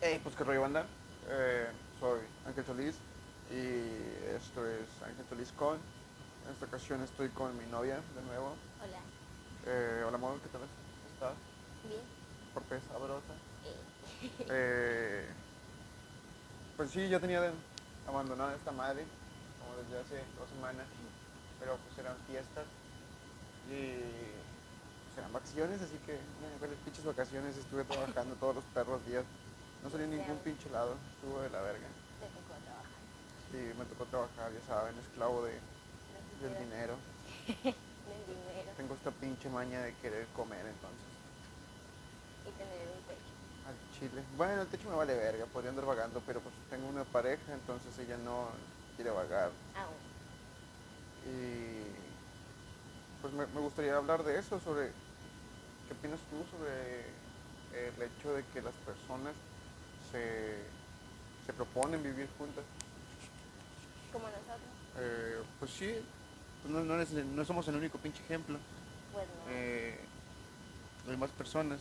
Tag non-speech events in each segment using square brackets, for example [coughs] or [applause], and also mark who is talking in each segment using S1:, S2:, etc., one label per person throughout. S1: Ey.
S2: Pues que rollo banda. Eh, soy Ángel Solís y esto es Ángel Solís con. En esta ocasión estoy con mi novia de nuevo.
S1: Hola.
S2: Eh, hola amor, ¿qué tal estás?
S1: Bien.
S2: Por qué sabrosa.
S1: Ey.
S2: Eh, pues sí, yo tenía abandonada esta madre como desde hace dos semanas, pero pues eran fiestas y pues eran vacaciones, así que eh, con las pinches vacaciones estuve trabajando todos los perros días. No salí a ningún pinche lado, estuvo de la verga.
S1: Te tocó trabajar.
S2: Y me tocó trabajar, ya saben, esclavo de,
S1: No
S2: del
S1: te
S2: dinero.
S1: quedas Del dinero.
S2: Tengo esta pinche maña de querer comer entonces.
S1: Y tener un techo.
S2: Al Chile. Bueno, el techo me vale verga, podría andar vagando, pero pues tengo una pareja, entonces ella no quiere vagar.
S1: Aún.
S2: Y pues me, me gustaría hablar de eso, sobre qué opinas tú sobre el hecho de que las personas se, se proponen vivir juntas.
S1: Como nosotros.
S2: Eh, pues sí, pues no, no eres- no somos el único pinche ejemplo.
S1: Pues no.
S2: eh, hay más personas.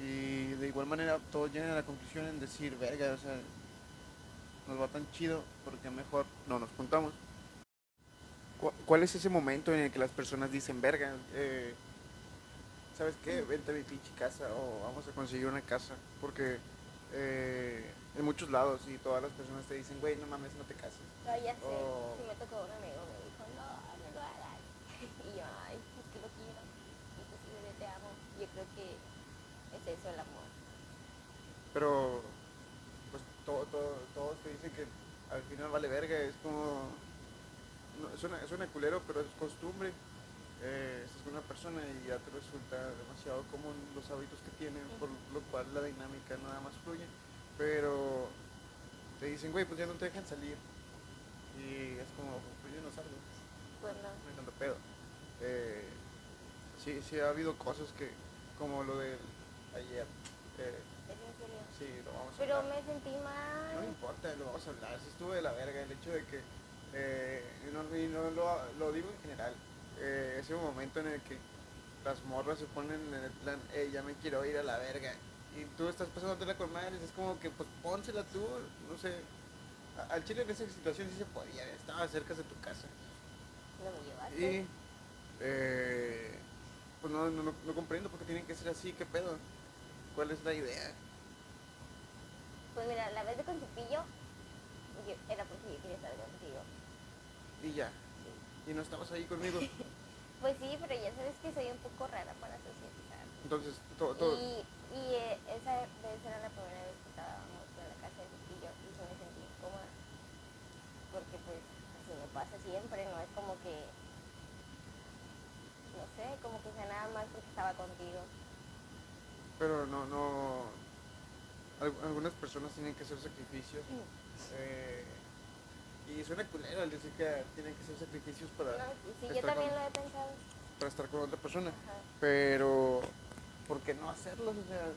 S2: Y de igual manera todos llegan a la conclusión en decir, verga, o sea, nos va tan chido porque mejor no nos juntamos. ¿Cu- ¿Cuál es ese momento en el que las personas dicen, verga, eh, ¿sabes qué? Vente a mi pinche casa o vamos a conseguir una casa? Porque eh, en muchos lados y todas las personas te dicen, güey, no mames, no te cases.
S1: Pero ya sé.
S2: oh.
S1: Si me tocó un amigo, me dijo, no, no lo hagas. [laughs] Y yo, ay, es que lo quiero. Y tú sí, bebé, te amo. Yo creo que es eso el amor.
S2: Pero pues todo, todo, todos te dicen que al final vale verga, es como no, suena, suena culero, pero es costumbre. Eh, estás con una persona y ya te resulta demasiado común los hábitos que tienen, por lo cual la dinámica nada más fluye. Pero te dicen, güey, pues ya no te dejan salir. Y es como, pues yo no salgo
S1: Pues no.
S2: me encanta pedo. Eh, sí, sí ha habido cosas que, como lo de ayer, eh,
S1: Es en serio.
S2: sí, lo vamos a
S1: Pero
S2: hablar.
S1: me sentí mal.
S2: No me importa, lo vamos a hablar, sí estuvo de la verga el hecho de que, eh, y no, y no lo, lo digo en general, eh, ese momento en el que las morras se ponen en el plan, hey, ya me quiero ir a la verga, y tú estás pasándotela con madres, es como que, pues, pónsela tú, no sé, A- al chile en esa situación sí se podía, estaba cerca de tu casa.
S1: No me llevaste.
S2: Y eh, pues no, no, no- no comprendo por qué tienen que ser así, qué pedo. ¿Cuál es la idea?
S1: Pues mira, la vez de con Cepillo, yo- era porque yo quería estar contigo.
S2: Y ya. Y no estabas ahí conmigo.
S1: Pues sí, pero ya sabes que soy un poco rara para socializar.
S2: Entonces, todo, todo.
S1: Y, y eh, esa vez era la primera vez que estábamos en la casa de Cepillo y yo me sentí incómoda. Porque pues así me pasa siempre, no es como que, no sé, como que sea nada más porque estaba contigo.
S2: Pero no, no. al- algunas personas tienen que hacer sacrificios. eh, y suena culero al decir que tienen que hacer sacrificios para,
S1: No, y sí, yo
S2: estar con-
S1: también lo he pensado.
S2: para estar con otra persona.
S1: Ajá.
S2: pero ¿por qué no hacerlos? O sea,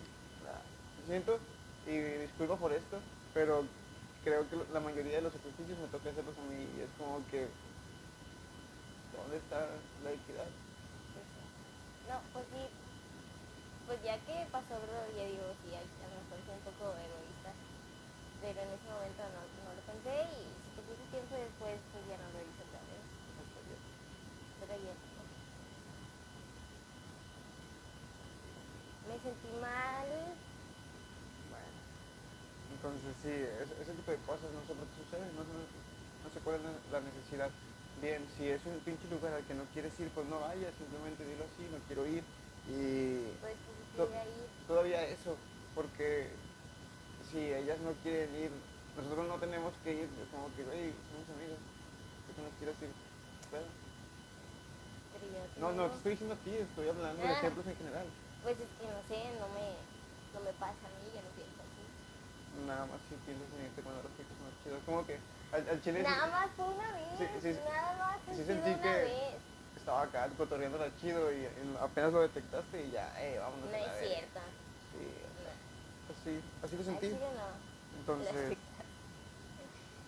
S2: la- lo siento y disculpa por esto, pero creo que la mayoría de los sacrificios me toca hacerlos a mí y es como que ¿dónde está la equidad?
S1: Pues sí. No, pues sí. Pues ya que pasó, bro, ya digo, sí, a a lo mejor soy un poco egoísta. Pero en ese momento no, no lo pensé y si te puse tiempo después, pues ya no lo hice otra vez. Pero ya. no. Me sentí mal.
S2: Bueno, entonces sí, es- ese tipo de cosas no sé por qué suceden, no, sé- no sé cuál es la- la necesidad. Bien, si es un pinche lugar al que no quieres ir, pues no vayas, simplemente dilo así, no quiero ir y
S1: Pues pues sí,
S2: No.
S1: de ahí.
S2: todavía eso, porque si ellas no quieren ir, nosotros no tenemos que ir, es como que, hey, somos amigos, ¿por qué no quieres ir? Pero-
S1: Pero yo
S2: no, no,
S1: digo,
S2: te estoy diciendo a ti, estoy hablando de
S1: Ah.
S2: ejemplos en general,
S1: Pues es que no sé, no me, no me pasa a mí, yo no pienso así.
S2: nada más si piensas en irte cuando las chicas más chidas, como que al, al chile
S1: Nada más fue una vez.
S2: Sí, sí,
S1: nada más ha
S2: sí
S1: sido
S2: sentí
S1: una
S2: que-
S1: vez.
S2: estaba acá cotorreando la chido y, y apenas lo detectaste y ya, eh, vamos
S1: No
S2: a la
S1: es
S2: verga".
S1: cierto.
S2: Sí, pues sí, así lo
S1: No.
S2: sentí,
S1: Al chile no.
S2: entonces...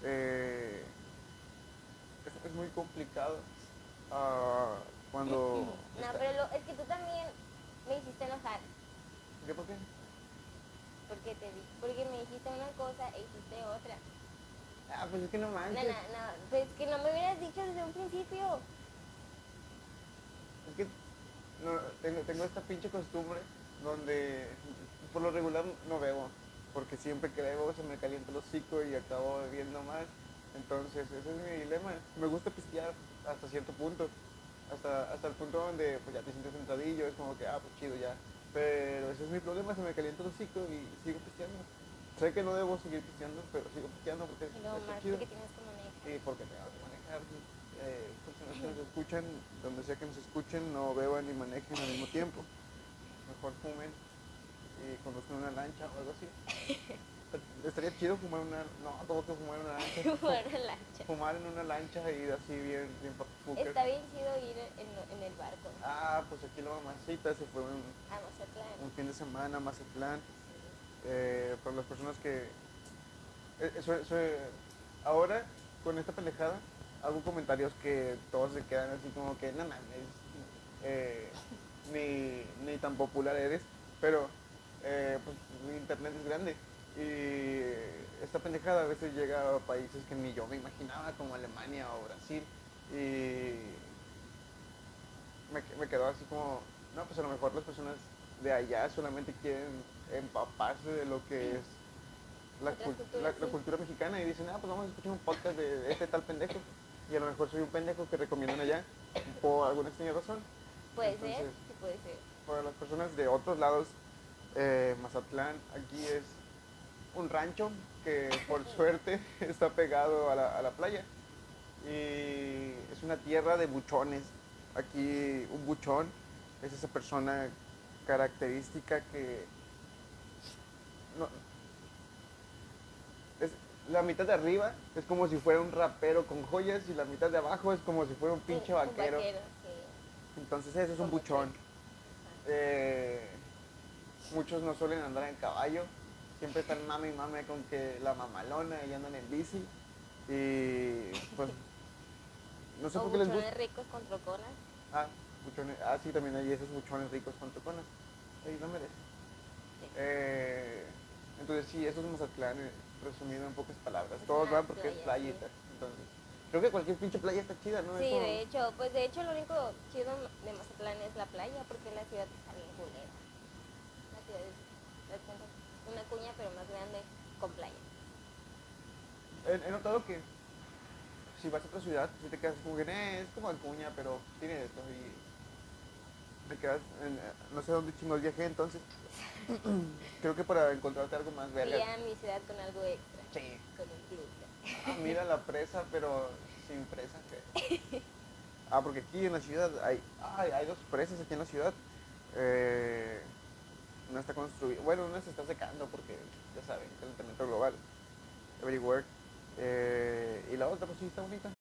S2: eh, es, es muy complicado ah, cuando...
S1: Eh, No,
S2: está-
S1: pero lo- es que tú también me hiciste enojar
S2: ¿Qué por qué?
S1: porque porque te di- porque me dijiste una cosa e hiciste otra.
S2: Ah, pues es que no
S1: No,
S2: manches.
S1: no, no, pues que no me hubieras dicho desde un principio.
S2: Es que no, tengo, tengo esta pinche costumbre donde por lo regular no bebo, porque siempre que bebo se me calienta el hocico y acabo bebiendo más. Entonces, ese es mi dilema. Me gusta pistear hasta cierto punto, hasta, hasta el punto donde pues, ya te sientes sentadillo, es como que, ah, pues chido ya. Pero ese es mi problema, se me calienta el hocico y sigo pisteando. Sé que no debo seguir pisteando, pero sigo pisteando porque
S1: Y luego
S2: está Pues,
S1: más
S2: chido. Eh,
S1: porque tienes que manejar.
S2: Sí, porque tengo que manejar. Eh, personas que nos escuchan, donde sea que nos escuchen, no beban ni manejen al mismo tiempo. Mejor fumen y conduzcan una lancha o algo
S1: [laughs]
S2: así. Estaría chido fumar una... No, tengo que fumar en una lancha.
S1: Jugar a la lancha.
S2: Fumar en una lancha y ir así bien, bien papucas.
S1: Está bien chido ir en, en el barco.
S2: Ah, pues aquí la mamacita se fue un,
S1: A Mazatlán.
S2: un fin de semana a Mazatlán. eh, para las personas que... eh, eso- eso, eh, ahora, con esta pendejada, hago comentarios que todos se quedan así como que, no mames, eh, ni, ni tan popular eres, pero eh, pues, internet es grande. Y esta pendejada a veces llega a países que ni yo me imaginaba, como Alemania o Brasil. Y me, que- me quedó así como, no, pues a lo mejor las personas de allá solamente quieren empaparse de lo que es la,
S1: Otras
S2: cul-
S1: culturas,
S2: la- la
S1: sí.
S2: cultura mexicana y dicen, ah, pues vamos a escuchar un podcast de este tal pendejo. Y a lo mejor soy un pendejo que recomiendan allá por alguna extraña razón.
S1: Puede ser,
S2: Entonces-
S1: sí puede ser.
S2: Para las personas de otros lados, eh, Mazatlán aquí es un rancho que por suerte [laughs] está pegado a la, a la playa. Y es una tierra de buchones. Aquí un buchón es esa persona característica que... no- es- la mitad de arriba es como si fuera un rapero con joyas y la mitad de abajo es como si fuera un pinche
S1: Un-
S2: vaquero.
S1: Un vaquero, sí.
S2: Entonces eso es un
S1: Como
S2: buchón.
S1: tal.
S2: Eh, muchos no suelen andar en caballo, siempre están mami y mame con que la mamalona y andan en bici. Y pues no sé
S1: o
S2: por qué les
S1: buchones
S2: gusta.
S1: ricos con troconas.
S2: Ah, buchones- ah, sí, también hay esos buchones ricos con toconas. Ey, no mereces.
S1: Sí.
S2: Eh, entonces sí, eso es Mazatlán, eh, resumido en pocas palabras.
S1: Es
S2: Todos
S1: una
S2: van porque es
S1: playa, sí.
S2: playita. Entonces, creo que cualquier pinche playa está chida, ¿no? Es
S1: Sí,
S2: como-
S1: de hecho, pues de hecho lo único chido de Mazatlán es la playa, porque la ciudad está bien culera. La ciudad es haz de cuenta, una cuña, pero más grande, con playa.
S2: He, he notado que si vas a otra ciudad, si te quedas como que "Eh, es como Acuña, pero tiene esto y te quedas en, eh, no sé dónde chingos viajé entonces. [clears throat] Creo que para encontrarte algo más verga.
S1: Sería mi ciudad con algo extra,
S2: Sí.
S1: con un plus.
S2: Ah, mira la presa, pero sin presa. ¿qué? Ah, porque aquí en la ciudad hay, ay, hay dos presas aquí en la ciudad. Eh, una está construida, bueno, una se está secando porque ya saben, calentamiento global, everywhere. Eh, y la otra, pues sí, está bonita.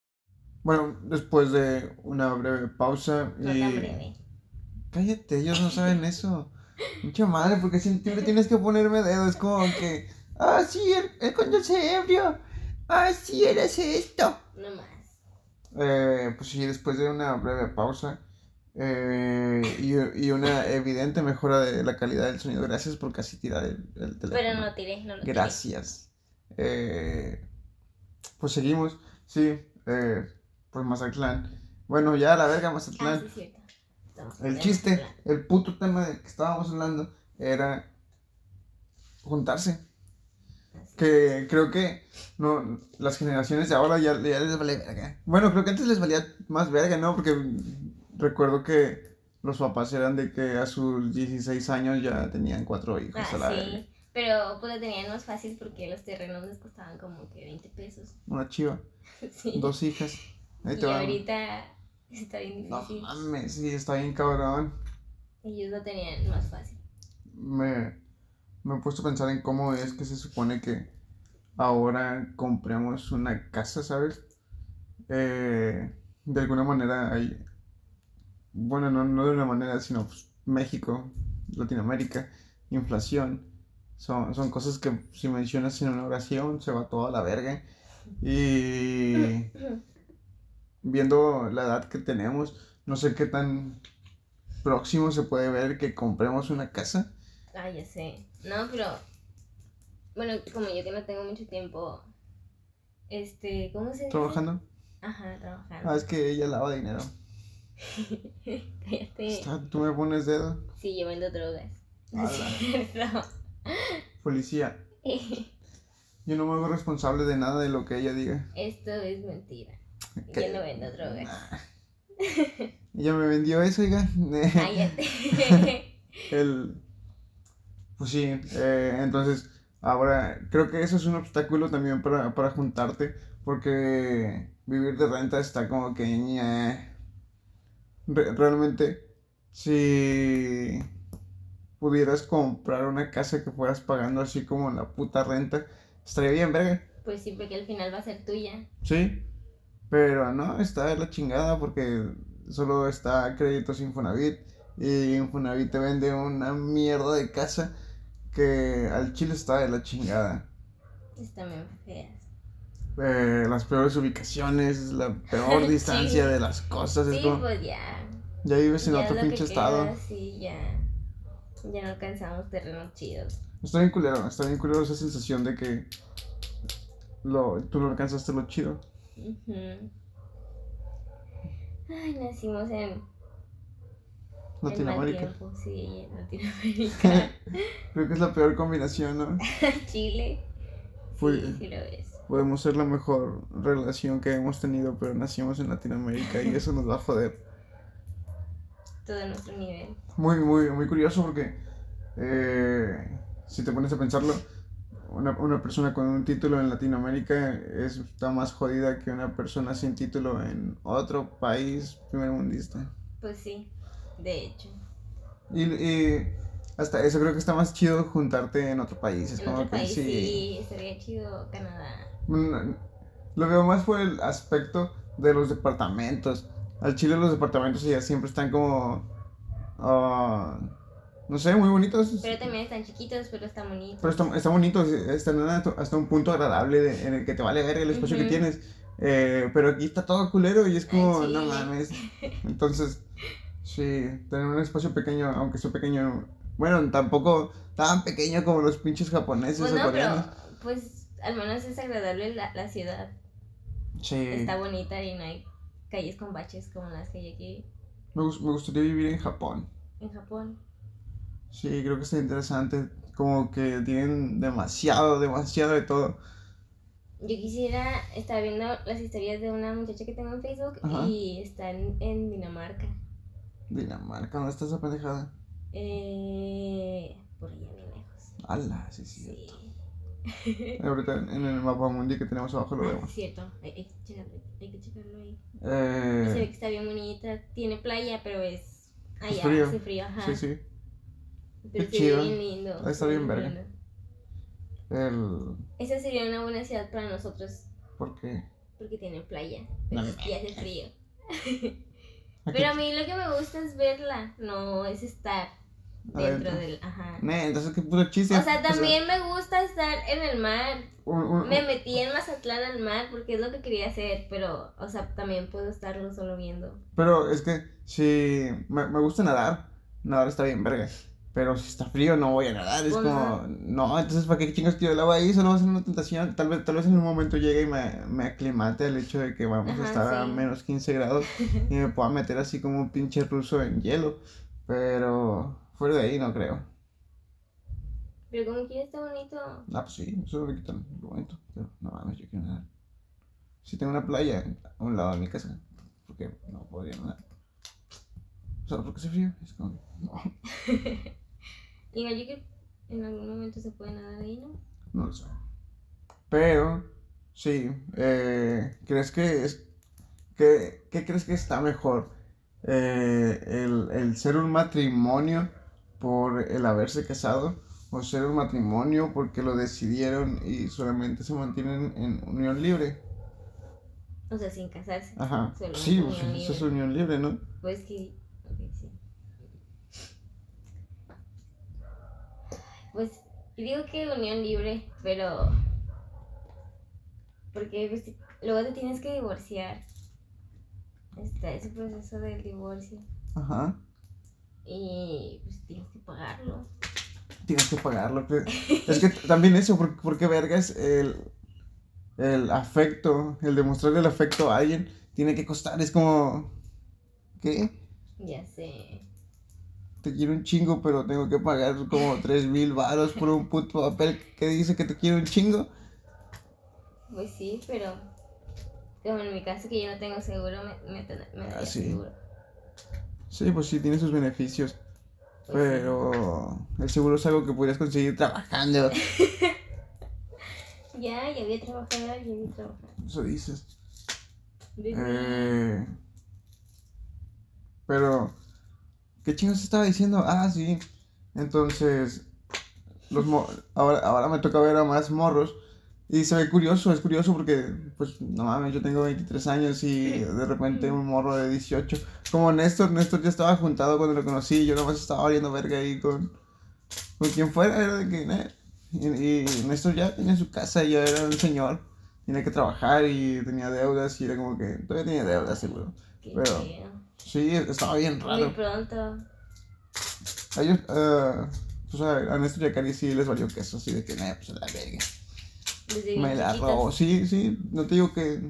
S3: Bueno, después de una breve pausa
S1: No
S3: y...
S1: tan breve.
S3: Cállate, ellos no saben eso. Mucha madre, porque siempre tienes que ponerme dedo. Es como que... Ah, sí, él, él cuando se ebrio. Ah, sí, él hace esto.
S1: No más.
S3: Eh, pues sí, después de una breve pausa eh, y, y una evidente mejora de la calidad del sonido. Gracias por casi tirar el, el teléfono.
S1: Pero no tiré, no lo tiré.
S3: Gracias. Eh, pues seguimos. Sí, eh, pues Mazatlán. Bueno, ya la verga
S1: Ah,
S3: Mazatlán.
S1: sí, cierto. Estamos
S3: El
S1: hablando de
S3: chiste,
S1: Mazatlán.
S3: el puto tema del que estábamos hablando era juntarse.
S1: Así.
S3: Que creo que no, las generaciones de ahora ya, ya les vale verga. Bueno, creo que antes les valía más verga, ¿no? Porque recuerdo que los papás eran de que a sus 16 años ya tenían cuatro hijos a la
S1: Ah,
S3: verga.
S1: sí. Pero pues lo tenían más fácil porque los terrenos les costaban como que 20 pesos. [laughs]
S3: Una chiva,
S1: Sí.
S3: dos hijas. Ahí
S1: y
S3: te va.
S1: ahorita está bien
S3: No
S1: difícil.
S3: mames, sí, está bien cabrón.
S1: Ellos lo tenían más fácil.
S3: Me, me he puesto a pensar en cómo es que se supone que ahora compremos una casa, ¿sabes? Eh, de alguna manera hay... Bueno, no, no de una manera, sino pues, México, Latinoamérica, inflación. Son, son cosas que si mencionas en una oración se va todo a la verga. Y viendo la edad que tenemos, no sé qué tan próximo se puede ver que compremos una casa.
S1: Ah, ya sé. No, pero Bueno, como yo que no tengo mucho tiempo, este, ¿cómo se dice?
S2: ¿Trabajando?
S1: Ajá, trabajando.
S2: Ah, es que ella lava dinero.
S1: Cállate.
S2: Está- Ah, Tú me pones dedo.
S1: Sí, llevando drogas. [laughs] No es
S2: Ala.
S1: cierto. [laughs]
S2: Policía. Yo no me hago responsable de nada de lo que ella diga.
S1: Esto es mentira.
S2: ¿Qué?
S1: Yo no vendo
S2: [laughs]
S1: drogas.
S2: Ella me vendió eso, oiga.
S1: Cállate. [laughs]
S2: El... Pues sí, eh, entonces ahora creo que eso es un obstáculo también para, para juntarte, porque vivir de renta está como que... ñe. Re- realmente, si pudieras comprar una casa que fueras pagando así como la puta renta, estaría bien, verga.
S1: Pues sí, porque al final va a ser tuya.
S2: Sí, pero no, está de la chingada porque solo está créditos Infonavit y Infonavit te vende una mierda de casa que al chile está de la chingada.
S1: Están bien feas.
S2: Eh, las peores ubicaciones, la peor
S1: [laughs] Sí.
S2: distancia de las cosas, es
S1: Sí,
S2: como,
S1: pues ya.
S2: ya vives en
S1: Ya
S2: otro
S1: es lo que
S2: pinche
S1: queda,
S2: estado.
S1: Sí, ya. Ya no alcanzamos terrenos chidos.
S2: Está bien culero, está bien culero esa sensación de que lo, tú no alcanzaste lo chido.
S1: Ujú. Ay, nacimos en, en mal
S2: Latinoamérica.
S1: tiempo, sí, en Latinoamérica,
S2: [laughs] Creo que es la peor combinación,
S1: [laughs]
S2: ¿no?
S1: Chile.
S2: Fui-
S1: Sí, sí lo es.
S2: Podemos ser la mejor relación que hemos tenido, pero nacimos en Latinoamérica y eso nos va a joder.
S1: Todo nuestro nivel.
S2: Muy, muy, muy curioso porque eh, si te pones a pensarlo, una, una persona con un título en Latinoamérica es- está más jodida que una persona sin título en otro país primermundista.
S1: Pues sí, de hecho.
S2: Y, y hasta eso creo que está más chido juntarte en otro país. Es
S1: En
S2: como
S1: otro
S2: que
S1: país sí.
S2: sí.
S1: estaría chido Canadá.
S2: Mm, Lo veo más por el aspecto de los departamentos. Al Chile los departamentos ya siempre están como... ah, no sé, muy bonitos.
S1: Pero también están chiquitos, pero están bonitos.
S2: Pero están, están bonitos, están hasta hasta un punto agradable de- en el que te vale ver el espacio que
S1: Ujú.
S2: tienes. Eh, pero aquí está todo culero y es como,
S1: Al
S2: no
S1: Chile. [laughs]
S2: mames. Entonces, sí, tener un espacio pequeño, aunque sea pequeño... Bueno, tampoco tan pequeño como los pinches japoneses
S1: pues
S2: o
S1: no,
S2: coreanos.
S1: pero pues al menos es agradable la, la ciudad.
S2: Sí.
S1: Está bonita y no hay calles con baches como las que hay aquí
S2: Me gus- me gustaría vivir en Japón.
S1: en Japón.
S2: Sí, creo que está interesante. Como que tienen demasiado, demasiado de todo.
S1: Yo quisiera estar viendo las historias de una muchacha que tengo en Facebook
S2: Ajá.
S1: y está en, en Dinamarca.
S2: Dinamarca, ¿dónde está esa pendejada?
S1: Eh, por allá bien lejos.
S2: Ala, sí, sí.
S1: Sí.
S2: Ahorita en en el mapa mundi que tenemos abajo lo
S1: Ah,
S2: vemos.
S1: es cierto. Hay, hay que checarlo, hay que checarlo ahí. Y Se ve
S2: Eh,
S1: que está bien bonita. Tiene playa, pero es allá,
S2: frío.
S1: hace frío, ajá.
S2: sí, sí.
S1: Pero
S2: Qué
S1: se ve
S2: chido.
S1: bien lindo.
S2: Ah, está
S1: se ve
S2: bien verga.
S1: lindo.
S2: El.
S1: Esa sería una buena ciudad para nosotros
S2: ¿Por qué?
S1: porque tiene playa pero
S2: No
S1: y hace
S2: [laughs]
S1: frío.
S2: Aquí-
S1: Pero a mí lo que me gusta es verla, no es estar dentro
S2: Adentro.
S1: del... Ajá.
S2: Ne, entonces qué puto chiste.
S1: O sea, también me gusta estar en el mar.
S2: un- un-
S1: Me metí en Mazatlán al mar porque es lo que quería hacer, pero, o sea, también puedo estarlo solo viendo.
S2: Pero es que si me, me gusta nadar, nadar está bien, verga. Pero si está frío no voy a nadar, es
S1: Pues
S2: como, no, entonces ¿para qué chingos tiro el agua ahí? Solo va a ser una tentación, tal vez, tal vez en un momento llegue y me, me aclimate al hecho de que vamos
S1: Ajá,
S2: a estar a
S1: sí.
S2: menos 15 grados y me pueda meter así como un pinche ruso en hielo, pero fuera de ahí no creo.
S1: Pero como quiera está bonito.
S2: Ah, pues sí, eso le quitan lo bonito, pero no mames, yo quiero nadar. Si tengo una playa a un lado de mi casa, porque no podría nadar. Solo porque hace frío, es como, no.
S1: Y yo que en algún momento se puede nadar ahí, ¿no?
S2: No lo sé. Pero, sí, eh, ¿crees que es... ¿Qué, qué crees que está mejor? Eh, el, el ser un matrimonio por el haberse casado o ser un matrimonio porque lo decidieron y solamente se mantienen en unión libre.
S1: O sea, sin casarse.
S2: Ajá.
S1: Solo
S2: Sí,
S1: unión
S2: pues eso es
S1: libre.
S2: unión libre, ¿no?
S1: Pues que. ok, sí. Pues digo que unión libre, pero. Porque pues, si- luego te tienes que divorciar. Está ese proceso del divorcio.
S2: Ajá.
S1: Y pues tienes que pagarlo.
S2: tienes que pagarlo.
S1: [laughs]
S2: pero- Es que también eso, porque, porque vergas, el, el afecto, el demostrar el afecto a alguien, tiene que costar. Es como, ¿qué?
S1: Ya sé.
S2: Te quiero un chingo, pero tengo que pagar
S1: [laughs]
S2: como tres mil varos por un puto papel que dice que te quiero un chingo.
S1: Pues sí, pero. Como en mi caso que yo no tengo seguro, me, me, ten- me daría
S2: Ah, sí.
S1: seguro.
S2: Sí, pues sí, tiene sus beneficios.
S1: Pues sí.
S2: Pero el seguro es algo que podrías conseguir trabajando.
S1: Ya, ya voy a trabajar, ya voy a trabajar.
S2: Eso dices.
S1: Dice,
S2: Eh, pero, ¿qué chingos estaba diciendo? Ah, sí. Entonces, los mo- ahora, ahora me toca ver a más morros. Y se ve curioso, es curioso porque, pues, no mames, yo tengo 23 años y de repente un morro de 18. Como Néstor, Néstor ya estaba juntado cuando lo conocí, yo nomás estaba oliendo verga ahí con, con quien fuera, era de que, "Nah". y, y Néstor ya tenía su casa, ya era un señor tenía que trabajar y tenía deudas y era como que todavía tenía deudas seguro.
S1: qué
S2: pero-
S1: chido.
S2: Sí, estaba bien
S1: Muy
S2: raro.
S1: pronto.
S2: A ellos, ah, pues a, a Néstor y a Cari sí les valió queso, así de que, nah, pues a la verga.
S1: Desde bien
S2: Me la
S1: chiquitas.
S2: robó. Sí, sí, no te digo que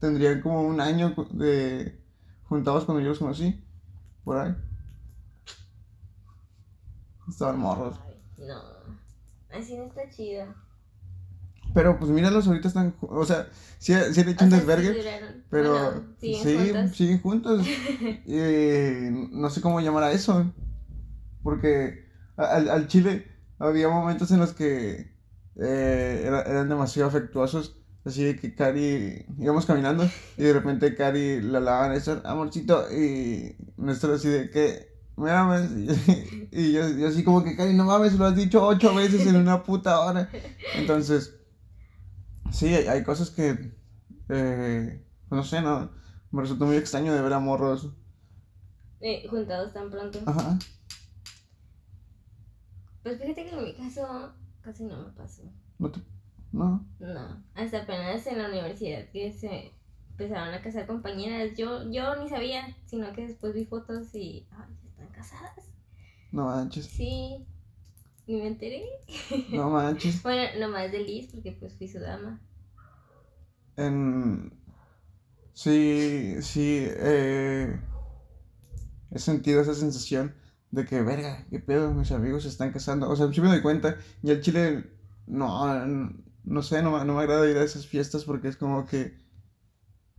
S2: tendrían como un año cu- de juntados cuando yo los conocí, por ahí. Estaban morros.
S1: Ay, No. Así no está chido.
S2: Pero pues míralos, ahorita están, ju- o sea, sí, sí han hecho
S1: O
S2: un
S1: sea, sí
S2: desvergue.
S1: duraron.
S2: Pero
S1: Bueno, siguen
S2: sí,
S1: juntos.
S2: siguen
S1: [laughs]
S2: juntos. Eh, no sé cómo llamar a eso. Porque al, al Chile había momentos en los que eh, era- eran demasiado afectuosos. Así de que Cari, íbamos caminando y de repente Cari la lavaba a Néstor, amorcito, y Néstor así de que, me amas. Y, [laughs] y yo, yo así como que, Cari, no mames, lo has dicho ocho veces en una puta hora. Entonces, sí, hay, hay cosas que, eh, no sé, no, me resultó muy extraño de ver a morros.
S1: Eh, juntados tan pronto.
S2: Ajá.
S1: Pues fíjate que en mi caso casi no me pasó.
S2: No, te- no.
S1: No, hasta apenas en la universidad que se empezaron a casar compañeras. Yo, yo ni sabía, sino que después vi fotos y. ¡Ay, están casadas!
S2: No manches.
S1: Sí, ni me enteré.
S2: No manches.
S1: Bueno, nomás de Liz, porque pues fui su dama. [laughs]
S2: En... Sí, sí. eh, He sentido esa sensación de que, verga, qué pedo, mis amigos se están casando. O sea, sí me doy cuenta. Y al chile, no, n- no sé, no, me- no me agrada ir a esas fiestas porque es como que,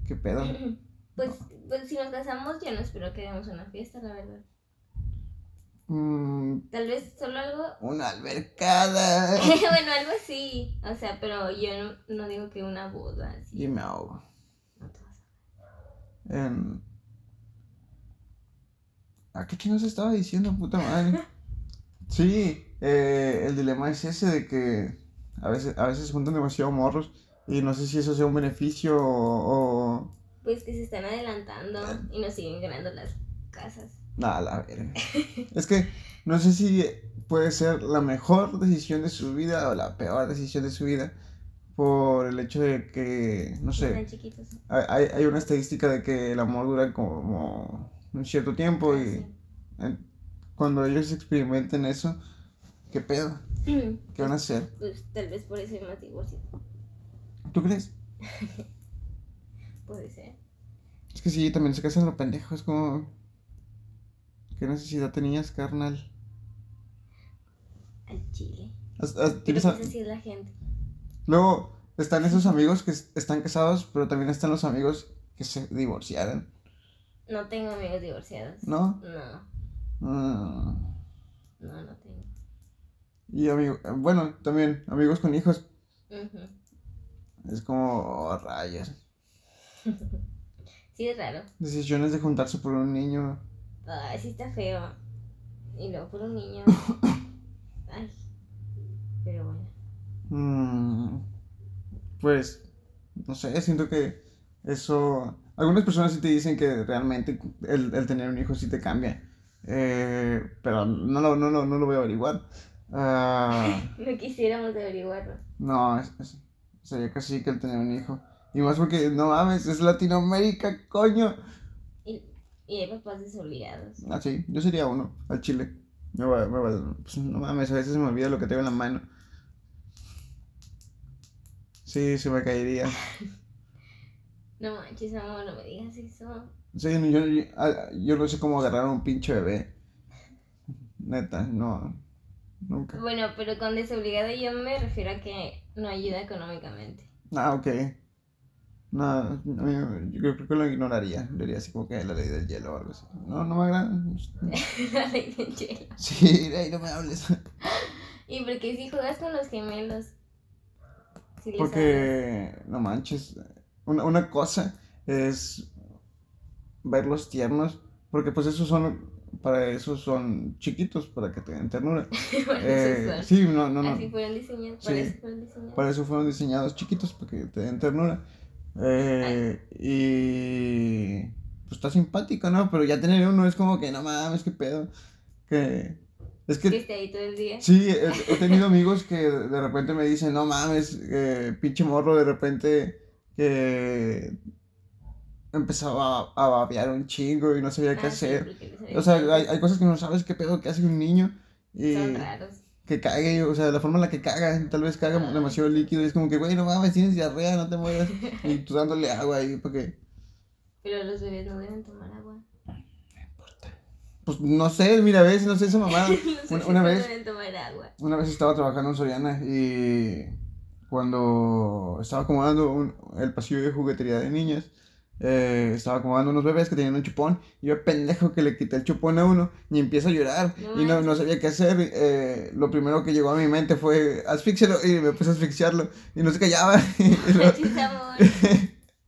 S2: qué
S1: [laughs]
S2: pedo.
S1: Pues, pues si nos casamos, yo no espero que demos una fiesta, la verdad.
S2: Mm,
S1: Tal vez solo algo [laughs]
S2: una albercada.
S1: bueno, algo así. O sea, pero yo no, no digo que una boda así.
S2: Y me ahogo.
S1: No te vas a-
S2: En... ¿A qué chingados estaba diciendo, puta madre? Sí, eh, el dilema es ese de que a veces, a veces juntan demasiado morros y no sé si eso sea un beneficio o... o...
S1: Pues que se están adelantando y nos siguen ganando las casas.
S2: Nah, la verga. Es que no sé si puede ser la mejor decisión de su vida o la peor decisión de su vida por el hecho de que, no sé,
S1: Están chiquitos.
S2: hay, hay- hay una estadística de que el amor dura como un cierto tiempo y... En- ¿Eh? Cuando ellos experimenten eso, ¿qué pedo?
S1: Sí.
S2: ¿Qué van a hacer?
S1: Mm. Pues tal vez por eso hay más divorcios.
S2: ¿Tú crees?
S1: Puede ser.
S2: Es que sí, también se casan los pendejos, como... ¿Qué necesidad tenías, carnal?
S1: Al chile.
S2: Haz- haz-
S1: Pero
S2: tienes a-
S1: pues así es la gente.
S2: Luego están esos amigos que es- están casados, pero también están los amigos que se divorciaron,
S1: No tengo amigos divorciados.
S2: ¿no?
S1: No,
S2: Mm.
S1: no, no tengo.
S2: Y amigo, bueno, también amigos con hijos.
S1: Ujú.
S2: Es como oh, rayos.
S1: Sí, es raro.
S2: Decisiones de juntarse por un niño.
S1: Ay, sí está feo. Y luego por
S2: [coughs]
S1: un niño. Ay. Pero bueno.
S2: Mm, Pues, no sé, siento que eso... Algunas personas sí te dicen que realmente el, el tener un hijo sí te cambia, eh, pero no lo, no, lo, no lo voy a averiguar. Ah,
S1: No quisiéramos averiguarlo.
S2: no, es- es- sería casi que el tener un hijo. Y más porque, no mames, es Latinoamérica, coño. Ah,
S1: Y, y hay papás desobligados.
S2: Así, yo sería uno, al chile. Me va, me va- pues, no mames, a veces se me olvida lo que tengo en la mano. Sí, se me caería.
S1: No manches, amor, no me digas eso.
S2: Sí, no, yo, yo, ah, yo no sé cómo agarrar a un pinche bebé. Neta, no. Nunca.
S1: Bueno, pero con desobligado yo me refiero a que no ayuda económicamente. [laughs]
S2: Ah, ok. No, no, yo creo- creo que lo ignoraría. Le diría así como que la ley del hielo o algo así. No, no me agrada. [laughs]
S1: La ley del hielo.
S2: Sí, ay, no me hables.
S1: Y porque si juegas con los gemelos. Si les hablas.
S2: Porque, no manches, una, una cosa es verlos tiernos, porque pues esos son, para eso son chiquitos, para que tengan [laughs] ternura.
S1: [laughs] Bueno,
S2: Eh,
S1: esos son.
S2: sí, no, no, no.
S1: Así fueron diseñados. Por
S2: Sí.
S1: eso fueron diseñados.
S2: Para eso fueron diseñados chiquitos, para que te den ternura. Eh, y pues está simpático, ¿no? Pero ya tener uno es como que no mames, qué pedo. Que es
S1: Que
S2: que
S1: esté ahí todo el día.
S2: Sí, he, he tenido amigos que de repente me dicen, no mames, eh, pinche morro, de repente que empezaba a, a babear un chingo y no sabía qué
S1: Ah, sí,
S2: hacer.
S1: porque les
S2: O sea,
S1: habían-
S2: hay, hay cosas que no sabes qué pedo que hace un niño y
S1: Son raros.
S2: que cague, o sea, la forma en la que caga, tal vez caga demasiado líquido y es como que, güey, no mames, tienes diarrea, no te mueras. Y tú dándole agua ahí porque,
S1: Pero los bebés no deben tomar agua. [laughs]
S2: pues no sé, mira, a veces, [laughs] no sé, esa mamada.
S1: Los
S2: Una-
S1: bebés
S2: una
S1: no
S2: vez-
S1: deben tomar agua.
S2: [laughs] Una vez estaba trabajando en Soriana y cuando estaba acomodando un- el pasillo de juguetería de niñas, eh, estaba acomodando unos bebés que tenían un chupón y yo pendejo que le quité el chupón a uno y empiezo a llorar
S1: No
S2: y no,
S1: manches.
S2: no sabía qué hacer. eh, lo primero que llegó a mi mente fue asfixiarlo y me puse a asfixiarlo y no se callaba. [laughs] y, luego,
S1: Manches, amor.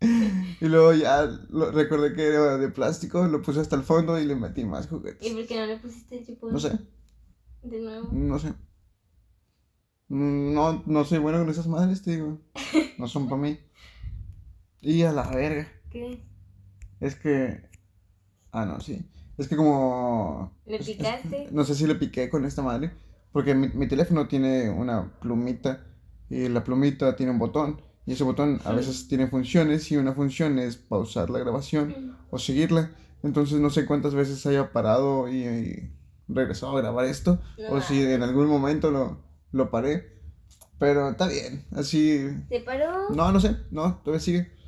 S2: [laughs] y luego ya lo- recordé que era de plástico, lo puse hasta el fondo y le metí más
S1: ¿Y
S2: juguetes.
S1: por qué no le pusiste el chupón?
S2: No sé.
S1: De nuevo.
S2: No sé. Mm, No, no soy bueno con esas madres, te digo. No son para mí. Y a la verga.
S1: ¿Qué?
S2: Es que. Ah, no, sí. Es que como.
S1: ¿Le
S2: es- es- [laughs]
S1: picaste? [clears throat]
S2: no sé si le piqué con esta madre. Porque mi, mi teléfono tiene una plumita. Y la plumita tiene un botón. Y ese botón a veces tiene funciones. Y una función es pausar la grabación o seguirla. Entonces no sé cuántas veces haya parado y, y regresado a grabar esto.
S1: No
S2: o si en algún momento lo, lo paré. Pero está bien. Así...
S1: ¿Te paró?
S2: No, no sé. No, todavía sigue.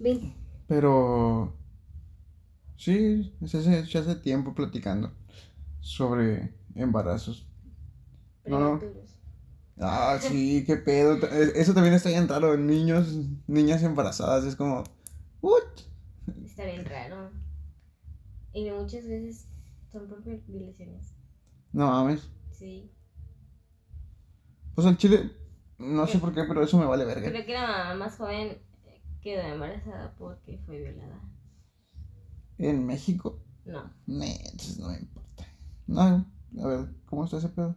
S1: Ven.
S2: Pero... Sí, se hace, se hace tiempo platicando sobre embarazos. No, no.
S1: prematuros.
S2: Ah, sí, qué pedo. E- Eso también está bien raro. Niños, niñas embarazadas. Es como... "What?".
S1: Está bien raro. Y muchas veces son por violaciones.
S2: No mames.
S1: Sí.
S2: Pues al chile... No sé por qué, pero eso me vale verga.
S1: Creo que la mamá más joven quedó embarazada porque fue violada.
S2: En México...
S1: No.
S2: Nah, entonces no me importa. No, a ver, ¿cómo está ese pedo?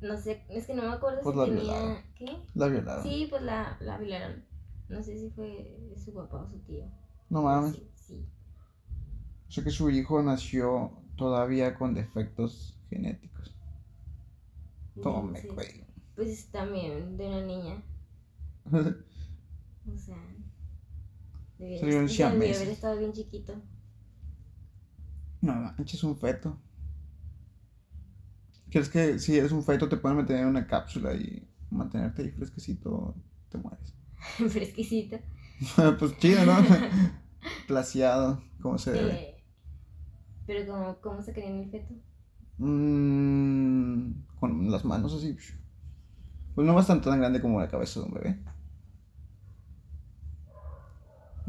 S1: No sé, es que no me acuerdo
S2: Pues
S1: si
S2: la
S1: tenía.
S2: violaron. Ah.
S1: ¿Qué?
S2: La violaron.
S1: Sí, pues la, la violaron. No sé si fue su papá o su tío.
S2: No mames.
S1: Sí, sí.
S2: O sea que su hijo nació todavía con defectos genéticos. Tome,
S1: Sí.
S2: güey. [laughs]
S1: Pues también de una niña. O sea. Debió
S2: Sería un
S1: debió
S2: siamés.
S1: haber estado bien chiquito. [laughs]
S2: no manches, un feto. ¿Crees que si eres un feto te pueden meter en una cápsula y mantenerte ahí fresquecito? Te mueres. [laughs]
S1: Fresquisito.
S2: pues chido, ¿no? Plaseado, como se debe.
S1: Eh, pero como, ¿cómo se crea en el feto?
S2: Mm, con las manos así. Pues no bastante tan grande como la cabeza de un bebé.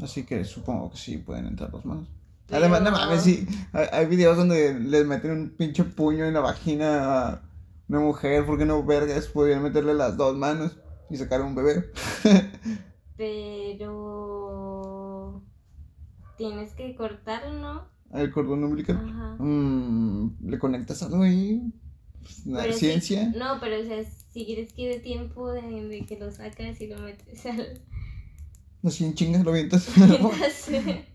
S2: Así que supongo que sí pueden entrar las manos. Además, no mames, sí. Hay, hay videos donde les meten un pinche puño en la vagina a una mujer porque no vergas podían meterle las dos manos y sacar un bebé.
S1: Pero tienes que cortarlo, ¿no?
S2: El cordón umbilical.
S1: Ajá.
S2: Mm, ¿Le conectas algo ahí? Pues, La
S1: Pero sí-
S2: ciencia.
S1: No, pero o sea, si quieres que dé tiempo de, de que lo sacas y lo metes
S2: [laughs]
S1: al [laughs]
S2: Así en chingas lo [laughs] vientas.
S1: Entonces,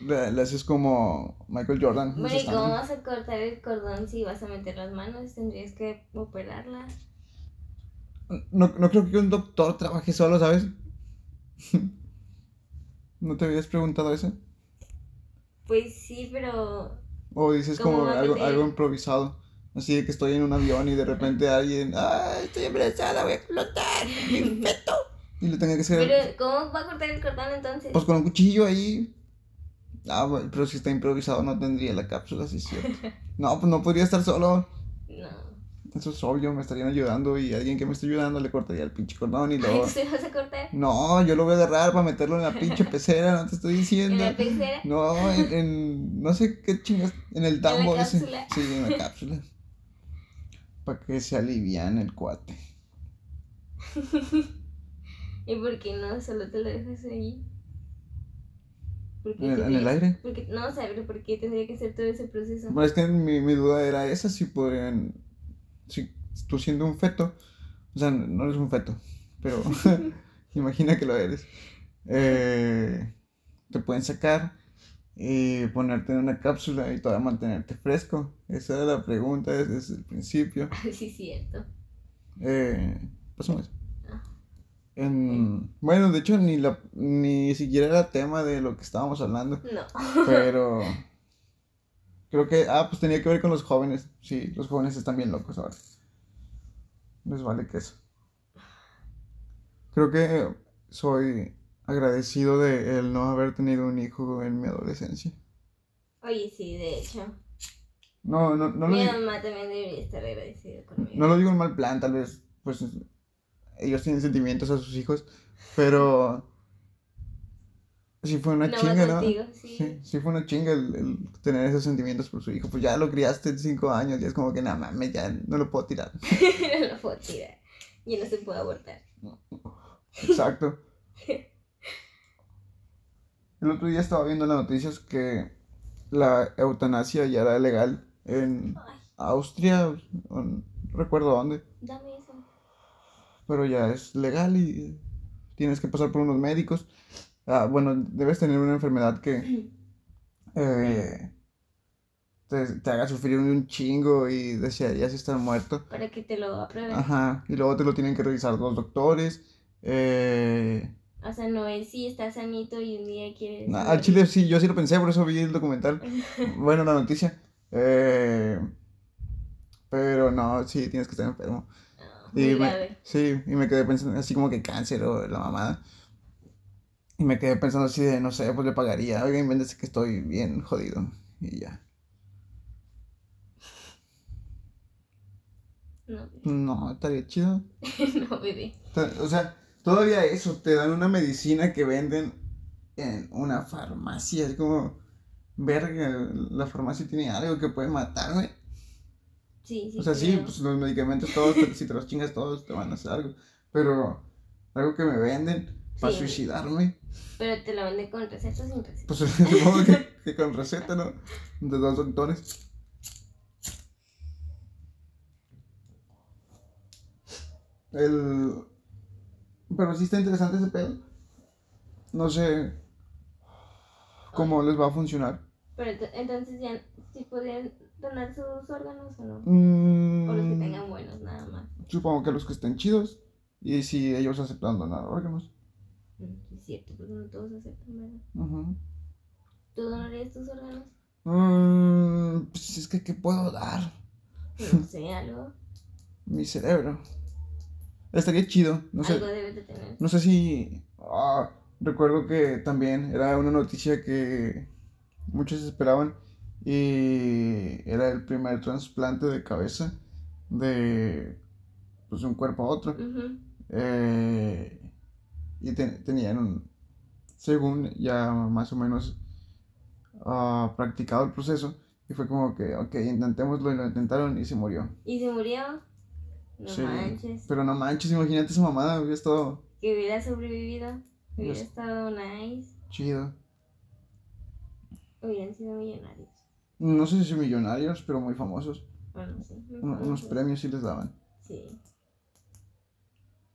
S2: Le, le haces como Michael Jordan.
S1: Bueno,
S2: los
S1: ¿y cómo
S2: stands.
S1: vas a cortar el cordón si vas a meter las manos? Tendrías que operarla.
S2: No, no creo que un doctor trabaje solo, ¿sabes? [laughs] ¿No te habías preguntado eso?
S1: Pues sí, pero
S2: O dices
S1: Como
S2: como
S1: una
S2: algo,
S1: pelea.
S2: algo improvisado. Así de que estoy en un avión y de repente alguien, ¡ay, estoy embarazada, voy a explotar!
S1: [laughs]
S2: ¡Mi feto! Y lo tenga que hacer.
S1: Pero, ¿cómo va a cortar el cordón entonces?
S2: Pues con un cuchillo ahí. Ah, güey, pero si está improvisado no tendría la cápsula, sí es cierto.
S1: [laughs]
S2: No, pues no podría estar solo. [laughs]
S1: No.
S2: Eso es obvio, me estarían ayudando y alguien que me esté ayudando le cortaría el pinche cordón
S1: [laughs]
S2: y
S1: Ay,
S2: luego...
S1: ¿tú se lo vas a cortar?
S2: No, yo lo voy a agarrar para meterlo en la pinche pecera, no te estoy
S1: [laughs] ¿En
S2: diciendo.
S1: la pecera?
S2: No, en, en- no sé qué chingas, en el tambo
S1: la
S2: ese.
S1: cápsula.
S2: Sí, en la cápsula. Para que se alivian el
S1: [laughs]
S2: cuate.
S1: ¿Y por qué no? Solo te lo dejas ahí. ¿Por qué
S2: ¿En el- en
S1: tendrías-
S2: el aire?
S1: Porque, no, o sea, pero ¿por qué tendría que hacer todo ese proceso?
S2: Bueno, es que mi, mi duda era esa, si podrían, si tú siendo un feto, o sea, no eres un feto, pero [laughs] imagina que lo eres, eh, te pueden sacar y ponerte en una cápsula y todavía mantenerte fresco. Esa era la pregunta desde, desde el principio.
S1: [laughs] Ay, sí, cierto.
S2: Eh, pásame eso. En- bueno, de hecho, ni, la, ni siquiera era tema de lo que estábamos hablando.
S1: No.
S2: Pero creo que, ah, pues tenía que ver con los jóvenes. Sí, los jóvenes están bien locos ahora. Les vale queso. Creo que soy agradecido de el no haber tenido un hijo en mi adolescencia.
S1: Oye, sí, de hecho.
S2: No, no, no, lo,
S1: Mi
S2: digo,
S1: mamá también debería estar agradecida conmigo.
S2: no lo digo en mal plan, tal vez, pues ellos tienen sentimientos a sus hijos, pero sí fue una
S1: No,
S2: chinga, ¿no?
S1: contigo, sí.
S2: Sí, [laughs] sí fue una chinga el, el tener esos sentimientos por su hijo. Pues ya lo criaste en cinco años y es como que nada mames, ya no lo puedo tirar.
S1: [laughs] no lo puedo tirar. Yo no se puede abortar.
S2: Exacto. El otro día estaba viendo en las noticias que la eutanasia ya era legal en
S1: Ay,
S2: Austria, o no recuerdo dónde,
S1: dame eso. [clears throat]
S2: pero ya es legal y tienes que pasar por unos médicos. Ah, bueno, debes tener una enfermedad que eh, te, te haga sufrir un chingo y desearías estar muerto.
S1: Para que te lo aprueben.
S2: Ajá. Y luego te lo tienen que revisar los doctores. Eh,
S1: O sea, no es si estás sanito y un día quieres.
S2: na- al
S1: morir. [laughs]
S2: chile sí, yo sí lo pensé, por eso vi el documental. Bueno, la noticia. Eh, pero no, sí, tienes que estar enfermo.
S1: No,
S2: Y
S1: muy
S2: me,
S1: grave.
S2: sí, y me quedé pensando así como que cáncer o la mamada. Y me quedé pensando así de, no sé, pues le pagaría. Oiga, invéntese que estoy bien jodido. Y ya.
S1: No, [laughs]
S2: No, estaría chido.
S1: no, bebé.
S2: Ta- O sea, todavía eso, te dan una medicina que venden en una farmacia. Es como, verga, la farmacia tiene algo que puede matarme.
S1: Sí, sí.
S2: O sea, sí,
S1: creo.
S2: pues los medicamentos todos, te- si te los chingas todos, te van a hacer algo. Pero algo que me venden para
S1: Sí.
S2: suicidarme,
S1: Pero te lo venden con recetas sin recetas.
S2: pues [laughs] supongo que, que con receta, ¿no? De dos doctores. El... Pero sí está interesante ese pedo. No sé cómo les va a funcionar.
S1: Pero ento- entonces ya, si podrían donar sus órganos o no.
S2: Mm,
S1: O los que tengan buenos, nada más.
S2: Supongo que los que estén chidos. Y si ellos aceptan donar órganos.
S1: Mm, sí Es cierto, porque no todos aceptan, ¿verdad?
S2: Ujú.
S1: ¿Tú donarías tus órganos?
S2: [laughs] Mm, pues es que, ¿qué puedo dar?
S1: No sé, algo.
S2: Mi cerebro. Estaría chido. No sé.
S1: Algo debes de tener.
S2: No sé si. ah, recuerdo que también era una noticia que muchos esperaban. Y era el primer trasplante de cabeza de pues, un cuerpo a otro.
S1: Ujú.
S2: Eh, y ten- tenían, un- según ya más o menos ah, practicado el proceso. Y fue como que, ok, intentémoslo y lo intentaron y se murió.
S1: ¿Y se murió? No
S2: Sí.
S1: manches.
S2: Pero no manches, imagínate esa mamada, hubiera estado
S1: Que hubiera sobrevivido. Hubiera
S2: Yes.
S1: estado nice.
S2: chido.
S1: Hubieran sido millonarios.
S2: No sé si millonarios, pero muy famosos.
S1: Bueno, sí. me
S2: Un- unos
S1: parece.
S2: premios sí les daban.
S1: Sí.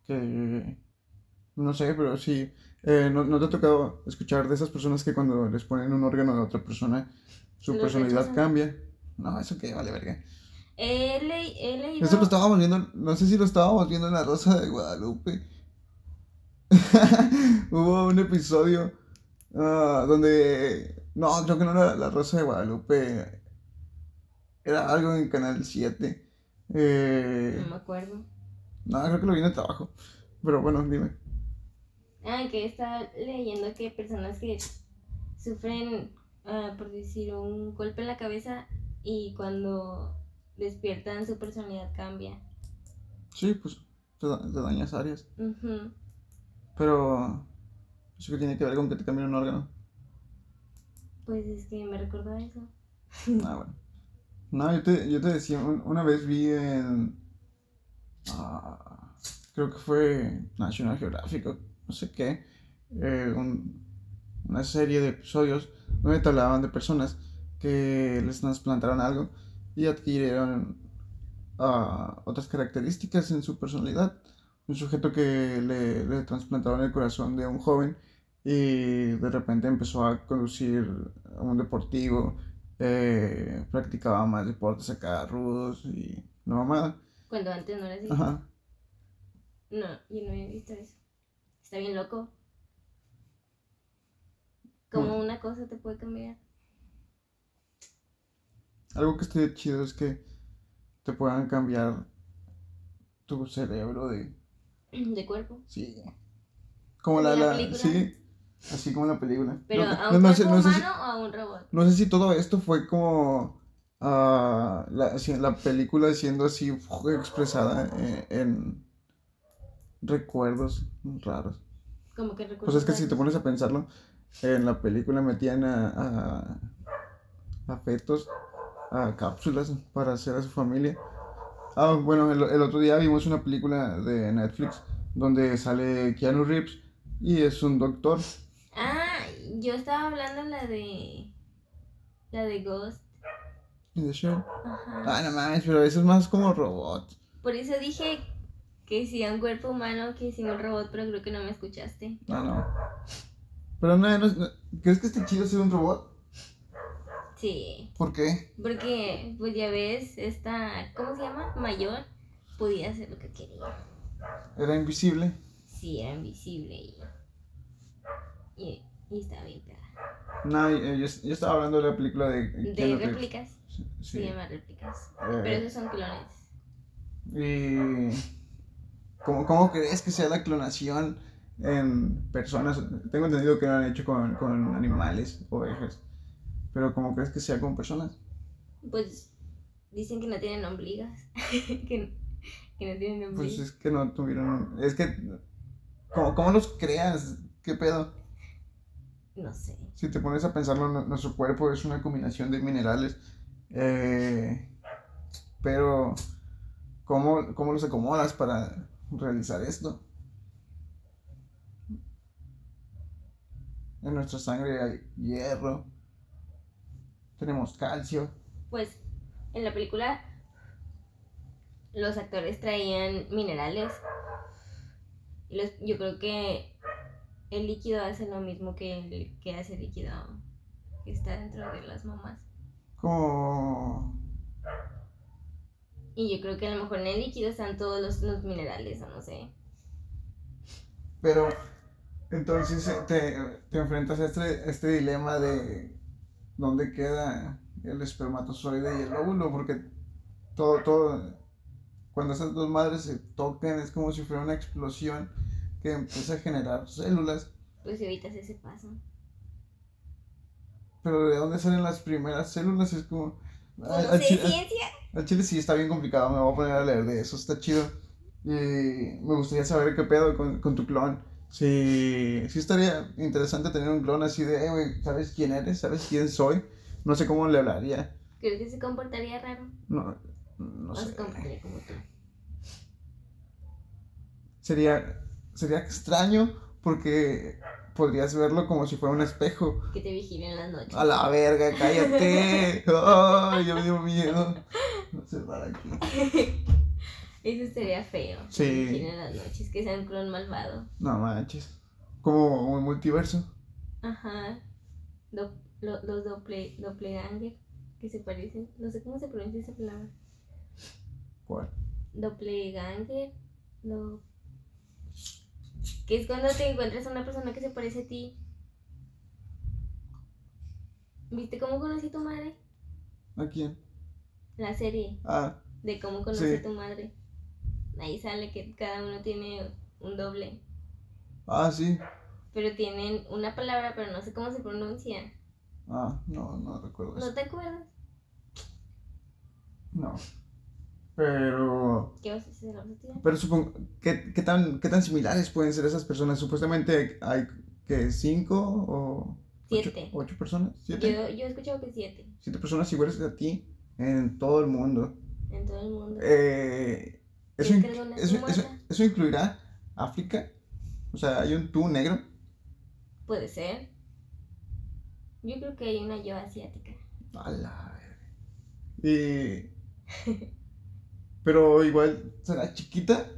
S2: Que. No sé, pero sí. eh, ¿no, no te ha tocado escuchar de esas personas que cuando les ponen un órgano de otra persona, su
S1: Lo
S2: personalidad
S1: rechazan.
S2: cambia? No, eso que vale verga.
S1: He, le- he leído.
S2: Eso lo estábamos viendo, no sé si lo estábamos viendo en La Rosa de Guadalupe. [laughs] Hubo un episodio ah, donde, no, creo que no era La Rosa de Guadalupe, Era algo en Canal 7. Eh,
S1: No me acuerdo.
S2: no, creo que lo vi en el trabajo. Pero bueno, dime.
S1: Ah, que estaba leyendo que personas que sufren, ah, por decir, un golpe en la cabeza y cuando despiertan su personalidad cambia.
S2: Sí, pues te, da- te dañas áreas.
S1: Ujú.
S2: Pero eso que tiene que ver con que te cambien un órgano.
S1: Pues es que me recordó a eso.
S2: Ah, bueno. No, yo te, yo te decía, un- una vez vi en. ah, creo que fue National Geographic, o no sé qué, eh, un- una serie de episodios donde te hablaban de personas que les trasplantaron algo y adquirieron ah, otras características en su personalidad. Un sujeto que le, le trasplantaron el corazón de un joven y de repente empezó a conducir a un deportivo eh, practicaba más deportes acá rudos y no mamada.
S1: Cuando antes no era así.
S2: Ajá.
S1: No, yo no había visto eso. Está bien loco. Como una cosa te puede cambiar. [clears throat]
S2: Algo que esté chido es que te puedan cambiar tu cerebro de.
S1: De cuerpo.
S2: Sí. Como
S1: ¿Como
S2: la,
S1: la
S2: la-
S1: película?
S2: Sí. Así como la película.
S1: Pero
S2: No-
S1: a
S2: no-
S1: un
S2: no sé-
S1: cuerpo
S2: no sé si-
S1: humano o a un robot.
S2: No sé si todo esto fue como ah, la, si- la película siendo así uf, expresada eh, en recuerdos raros.
S1: Como que recuerdo.
S2: Pues es que si te pones a pensarlo, en la película metían a, a, a fetos, a cápsulas para hacer a su familia. Ah, bueno, el, el otro día vimos una película de Netflix donde sale Keanu Reeves y es un doctor.
S1: Ah, yo estaba hablando la de. La de Ghost.
S2: Y de Cher.
S1: Ajá.
S2: Ah, no mames, pero eso es más como robot.
S1: Por eso dije que si a un cuerpo humano, que si a un robot, pero creo que no me escuchaste.
S2: No, no. Pero no, no, no. ¿crees que esté chido ser un robot?
S1: Sí.
S2: ¿Por qué?
S1: Porque, pues ya ves, esta. ¿Cómo se llama? Mayor. Podía hacer lo que quería.
S2: Era invisible.
S1: Sí, era invisible y. Y, y estaba bien pegada.
S2: No, eh, yo, yo estaba hablando de la película de
S1: De
S2: Keanu Reeves.
S1: réplicas,
S2: Sí.
S1: se llama réplicas.
S2: Eh,
S1: Pero esos son clones.
S2: ¿Y Eh, ¿cómo, cómo crees que sea la clonación en personas? Tengo entendido que lo han hecho con, con animales, ovejas, pero ¿cómo crees que sea con personas?
S1: Pues dicen que no tienen ombligas. [laughs] que, que no tienen
S2: Pues
S1: ombligas.
S2: es que no tuvieron... Es que... ¿Cómo, cómo los creas? ¿Qué pedo?
S1: no sé.
S2: Si te pones a pensarlo, nu- nuestro cuerpo es una combinación de minerales, eh, pero ¿cómo, ¿cómo los acomodas para realizar esto? En nuestra sangre hay hierro, tenemos calcio,
S1: Pues en la película los actores traían minerales. Y los- yo creo que el líquido hace lo mismo que, el, que hace el líquido que está dentro de las mamás.
S2: como...
S1: Y yo creo que a lo mejor en el líquido están todos los, los minerales, o no sé.
S2: Pero entonces eh, te, te enfrentas a este, este dilema de dónde queda el espermatozoide y el óvulo, porque todo, todo, cuando esas dos madres se tocan es como si fuera una explosión que empieza a generar células.
S1: Pues evitas ese paso.
S2: Ah, Pero de dónde salen las primeras células es como...
S1: Pues
S2: al-
S1: no
S2: al ah,
S1: sé,
S2: chi- al-
S1: ciencia.
S2: Al chile sí está bien complicado, me voy a poner a leer de eso, está chido. Y me gustaría saber qué pedo con, con tu clon. Sí, sí estaría interesante tener un clon así de, "Eh, güey, ¿sabes quién eres? ¿Sabes quién soy? No sé cómo le hablaría.
S1: Creo que se comportaría raro.
S2: No, no
S1: o se
S2: sé.
S1: comportaría como tú.
S2: Sería, sería extraño porque podrías verlo como si fuera un espejo.
S1: Que te vigilen en las noches.
S2: A la verga, cállate. Ay, yo me dio miedo. No sé para aquí.
S1: [laughs] Eso sería feo. que
S2: Sí.
S1: te vigilen en las noches. Que sea un clon malvado.
S2: No manches. Como un multiverso.
S1: Ajá. Do- lo- los doble, doppelganger. Que se parecen. No sé cómo se pronuncia esa palabra.
S2: ¿Cuál?
S1: Doppelganger. Do- que es cuando te encuentras a una persona que se parece a ti. ¿Viste cómo conocí a tu madre?
S2: ¿A quién?
S1: la serie
S2: Ah,
S1: de cómo conoce
S2: Sí.
S1: tu madre. Ahí sale que cada uno tiene un doble,
S2: ah, sí.
S1: pero tienen una palabra, pero no sé cómo se pronuncia.
S2: Ah, no, no recuerdo eso.
S1: ¿No te acuerdas?
S2: No. Pero.
S1: ¿Qué vas a hacer? ¿La vas a tirar?
S2: Pero supongo. ¿Qué, qué tan, ¿Qué tan similares pueden ser esas personas? Supuestamente hay. que ¿Cinco o.? ocho-
S1: Siete.
S2: ¿Ocho personas? ¿Siete?
S1: Yo, yo he escuchado que siete
S2: Siete personas iguales a ti en todo el mundo.
S1: en todo el mundo.
S2: Eh, eso,
S1: ¿Crees
S2: in-
S1: que alguna es
S2: eso, eso,
S1: humana?
S2: eso incluirá África. O sea, hay un tú negro.
S1: Puede ser. Yo creo que hay una yo asiática.
S2: A la verga. Y- Pero igual, ¿será chiquita?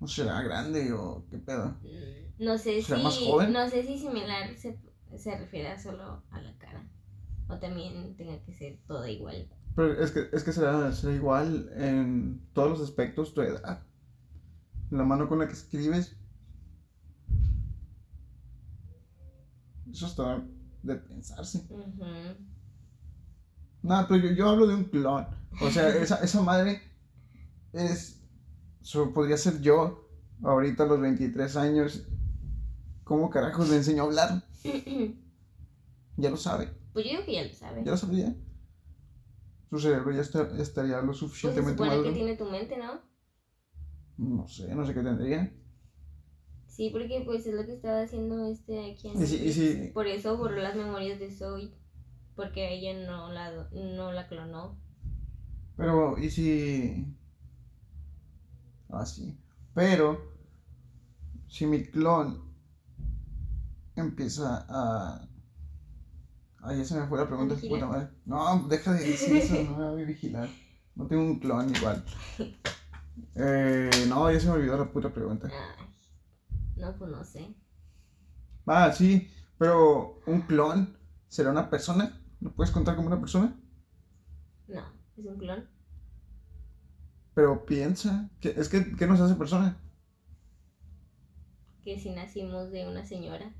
S2: ¿O será grande? ¿O qué pedo?
S1: No sé si
S2: ¿Será más joven?
S1: no sé si similar se, se refiere solo a la cara o también tenga que ser toda igual.
S2: Pero es que, es que será, será igual en todos los aspectos, tu edad, la mano con la que escribes. Eso está de pensarse.
S1: Ujú. [clears throat]
S2: No, pero yo, yo hablo de un clon. O
S1: [laughs]
S2: sea, esa, esa madre es. so- podría ser yo, ahorita a los 23 años. ¿Cómo carajos le enseñó a hablar? Ya lo sabe,
S1: Pues yo digo que ya lo sabe.
S2: ya lo sabía. Su cerebro ya, está- ya estaría lo
S1: pues se
S2: suficientemente
S1: supone que
S2: maduro.
S1: tiene tu mente, ¿no?
S2: No sé, no sé qué tendría.
S1: Sí, porque pues es lo que estaba haciendo este aquí. en
S2: Y si- y si-
S1: Por eso borró las memorias de Zoe, porque a ella no la do- no la clonó.
S2: Pero, ¿y si...? Ah, sí. Pero, si mi clon empieza a... Ay, ya se me fue la pregunta.
S1: vigilar.
S2: puta madre. No, deja de decir eso, no me voy a vigilar. No tengo un clon igual. Eh, no, ya se me olvidó la puta pregunta.
S1: Ay, no, pues no sé.
S2: Ah, sí, pero un clon será una persona. ¿Lo puedes contar como una persona?
S1: No, es un clon.
S2: Pero piensa. que es que, ¿qué nos hace persona?
S1: Que si nacimos de una señora.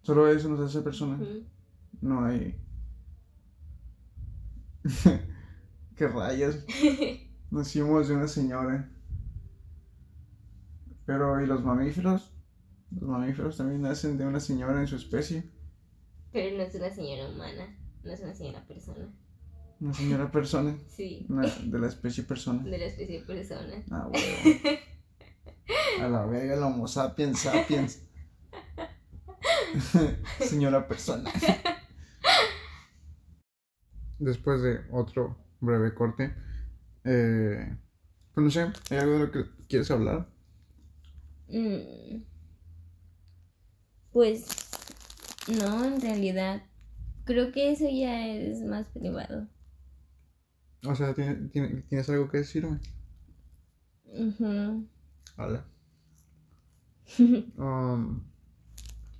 S2: Solo eso nos hace persona.
S1: Ujú.
S2: No hay. [laughs] Qué rayos. Nacimos de una señora. Pero, ¿y los mamíferos? Los mamíferos también nacen de una señora en su especie.
S1: Pero no es una señora humana, no es una señora persona.
S2: Una señora persona.
S1: Sí,
S2: una- de la especie persona.
S1: de la especie persona.
S2: Ah, huevo.
S4: [laughs]
S2: A la verga, la homo sapiens sapiens. [laughs] señora persona.
S4: después de otro breve corte. Eh, pues no sé, ¿hay algo de lo que quieres hablar?
S1: Mm. Pues no, en realidad creo que eso ya es más privado.
S4: O sea, ¿tiene- tiene- ¿tienes algo que decirme?
S1: Ujú.
S4: Hola. [laughs] Um,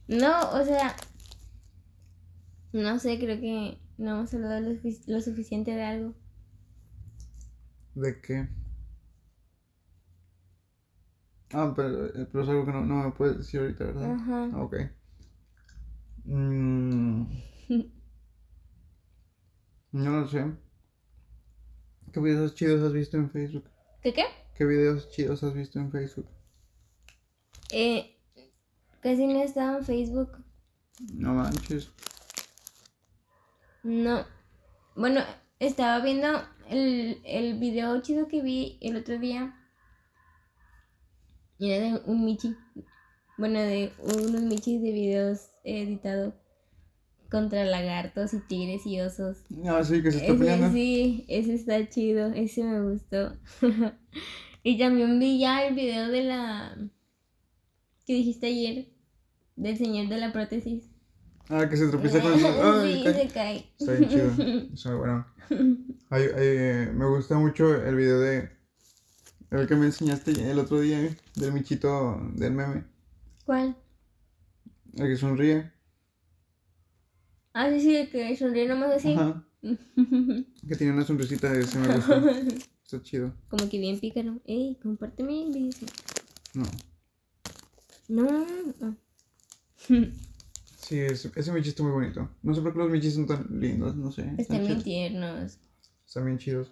S1: No, o sea, no sé, creo que no hemos hablado lo, sufic- lo suficiente de algo.
S4: ¿De qué? Ah, pero, eh, pero es algo que no, no me puedes decir ahorita, ¿verdad?
S1: Ajá.
S4: Ah, Ok. Mm. no lo sé. ¿Qué videos chidos has visto en Facebook?
S1: ¿Qué qué?
S4: ¿Qué videos chidos has visto en Facebook?
S1: Eh, casi no he estado en Facebook.
S4: No manches.
S1: No. Bueno, estaba viendo el, el video chido que vi el otro día. Y Era de un Michi. Bueno, de unos Michis de videos editados contra lagartos y tigres y osos.
S4: Ah, sí, que se está
S1: Ese
S4: peleando.
S1: sí, ese está chido, ese me gustó. [laughs] y también vi ya el video de la que dijiste ayer del señor de la prótesis.
S4: Ah, que se
S1: [laughs]
S4: tropieza con el...
S1: Sí,
S4: Ay, cae.
S1: se cae.
S4: Está bien chido. Está muy bueno. Ay, ay, eh, me gusta mucho el video de... El que me enseñaste el otro día, eh, del michito del meme.
S1: ¿Cuál?
S4: El que sonríe.
S1: Ah, sí, sí, el que sonríe nomás así.
S4: Ajá. Que tiene una sonrisita de ese me gusta. Está chido.
S1: [laughs] Como que bien pícaro. Ey, compárteme el video.
S4: No.
S1: No. ah.
S2: Sí, es- ese Michi está muy bonito. No sé por qué los Michis son tan lindos, no sé.
S1: Están bien
S2: chidos.
S1: tiernos.
S2: Están bien chidos.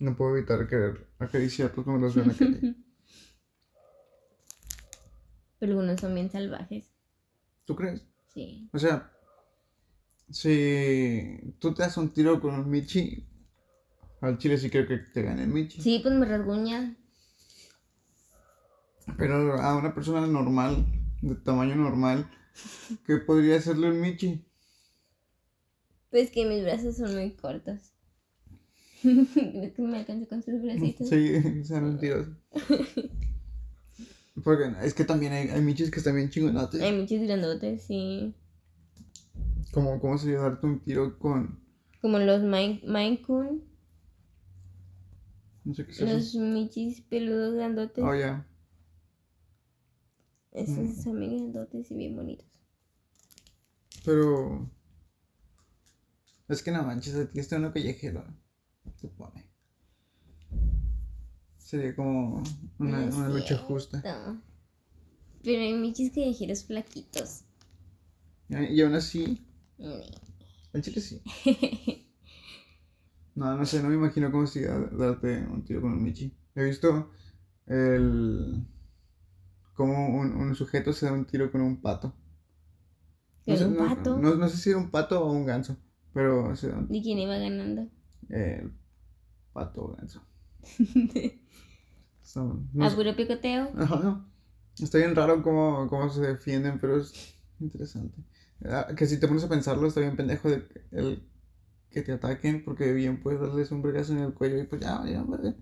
S2: No puedo evitar querer acariciarlos cuando los veo en la
S1: [laughs]
S2: calle.
S1: Pero algunos son bien salvajes.
S2: ¿Tú crees?
S1: Sí.
S2: O sea, si tú te das un tiro con un Michi, al chile sí creo que te gane el Michi.
S1: Sí, pues me rasguña.
S2: Pero a una persona normal, de tamaño normal, ¿qué podría hacerle un Michi?
S1: Pues que mis brazos son muy cortos. [laughs] Creo que me alcanzo con sus bracitos.
S2: [laughs] Sí, sean un tiro.
S1: [laughs]
S2: Porque es que también hay, hay Michis que están bien chingonates.
S1: Hay muchos grandotes, sí.
S2: Como, ¿Cómo sería darte un tiro con.
S1: Como los Maine Maine Coon,
S2: No sé qué es eso?
S1: los michis peludos grandotes.
S2: Oh, ya.
S1: Esos
S2: Mm.
S1: son bien grandotes y bien bonitos.
S2: Pero. Es que no manches, a ti este uno callejero. Se pone. Sería como una,
S1: No es
S2: una lucha
S1: cierto.
S2: justa.
S1: Pero hay michis callejeros flaquitos.
S2: Y y aún así,
S1: Mm.
S2: al chile sí. No, no sé, no me imagino cómo sería darte un tiro con un Michi. He visto el. cómo un, un sujeto se da un tiro con un pato. No
S1: Pero
S2: sé-
S1: un
S2: no-
S1: pato.
S2: No, no sé si era un pato o un ganso, pero se da un
S1: ¿De quién iba ganando?
S2: El pato ganso. Son- [laughs] no
S1: ¿A
S2: sé-
S1: puro picoteo?
S2: [laughs] Ajá, no. Está bien raro cómo, cómo se defienden, pero es interesante. Ah, Que si te pones a pensarlo, está bien pendejo de que- el que te ataquen, porque bien puedes darles un vergazo en el cuello y pues ya, ya, verga.